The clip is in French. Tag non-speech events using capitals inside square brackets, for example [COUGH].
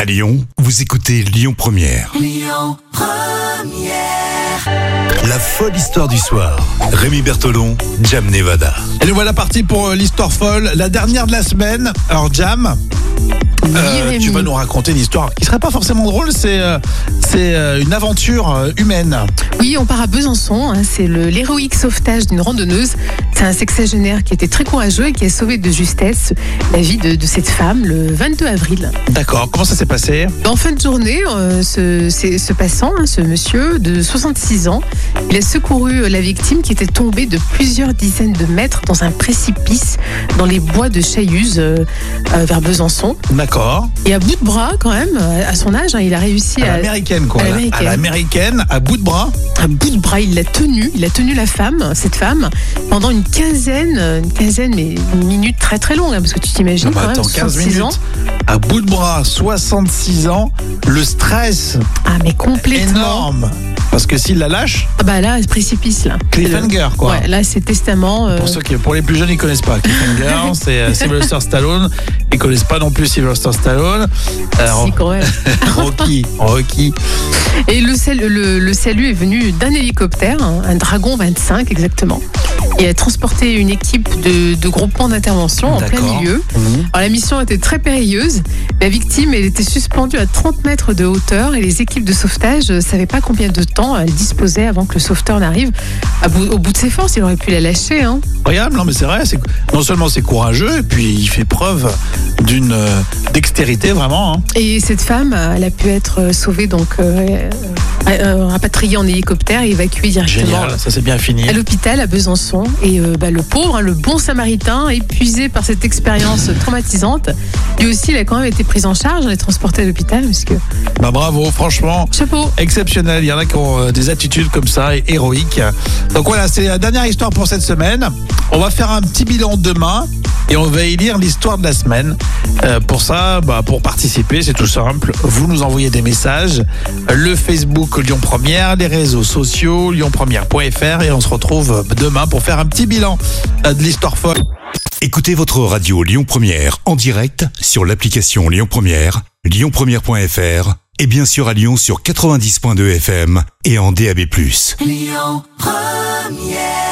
À Lyon, vous écoutez Lyon Première. Lyon Première. La folle histoire du soir. Rémi Bertolon, Jam Nevada. Et nous voilà parti pour euh, l'histoire folle, la dernière de la semaine. Alors Jam, euh, Rémi. tu vas nous raconter une histoire qui serait pas forcément drôle, c'est euh, c'est euh, une aventure euh, humaine. Oui, on part à Besançon. hein, c'est le- l'héroïque sauvetage d'une randonneuse. C'est un sexagénaire qui était très courageux et qui a sauvé de justesse la vie de, de cette femme le 22 avril. D'accord, comment ça s'est passé En fin de journée, euh, ce, c'est- ce passant, hein, ce monsieur de 66 ans, il a secouru euh, la victime qui était tombée de plusieurs dizaines de mètres dans un précipice dans les bois de Chayuse euh, euh, vers Besançon. D'accord, Et à bout de bras, quand même, à à son âge, hein, il a réussi à à, l'américaine quoi. à là. À l'américaine. l'américaine, à bout de bras. un bout de bras, il l'a tenue, il a tenu la femme, cette femme, pendant une quinzaine, euh, une quinzaine, mais une minute très très longue, hein, parce que tu t'imagines Non, mais quand même, Ah bah attends, 15 66 minutes. ans. À bout de bras, 66 ans, le stress Ah mais complètement. énorme. Parce que s'il la lâche, Ah bah là, ce précipice là. Euh, cliffhanger quoi. Ouais, là c'est testament. euh, Pour ceux qui, pour les plus jeunes, ils connaissent pas. [LAUGHS] Cliffhanger, c'est euh, Sylvester Stallone. Ils connaissent pas non plus Sylvester Stallone. Euh, si, quand même. Rocky, Rocky. Et le, sal- le- le salut est venu d'un hélicoptère, hein, un Dragon 25 exactement. Il a transporté une équipe de, de groupements d'intervention en plein D'accord. Mhm. milieu. Alors, la mission était très périlleuse. La victime, elle était suspendue à 30 mètres de hauteur et les équipes de sauvetage ne savaient pas combien de temps elle disposait avant que le sauveteur n'arrive. À bout- Au bout de ses forces, il aurait pu la lâcher. Hein. Incroyable, non mais c'est vrai. c'est- Non seulement c'est courageux, et puis il fait preuve d'une euh, dextérité vraiment. hein. Et cette femme, elle a pu être euh, sauvée, donc euh, euh, rapatriée en hélicoptère et évacuée directement. Génial, ça c'est bien fini. à l'hôpital à Besançon. Et euh, bah, le pauvre, hein, le bon samaritain, épuisé par cette expérience traumatisante, lui aussi, il a quand même été pris en charge, on l'a transporté à l'hôpital, parce que Bah bravo, franchement. chapeau. Exceptionnel, il y en a qui ont euh, des attitudes comme ça, et héroïques. Donc voilà, c'est la dernière histoire pour cette semaine. On va faire un petit bilan demain et on va y lire l'histoire de la semaine. Euh, pour ça, bah, pour participer, c'est tout simple. Vous nous envoyez des messages, euh, le Facebook Lyon Première, les réseaux sociaux lyonpremière.fr et on se retrouve euh, demain pour faire un petit bilan euh, de l'histoire folle. Écoutez votre radio Lyon Première en direct sur l'application Lyon Première, lyonpremière.fr et bien sûr à Lyon sur 90.2 FM et en DAB+. Lyon Première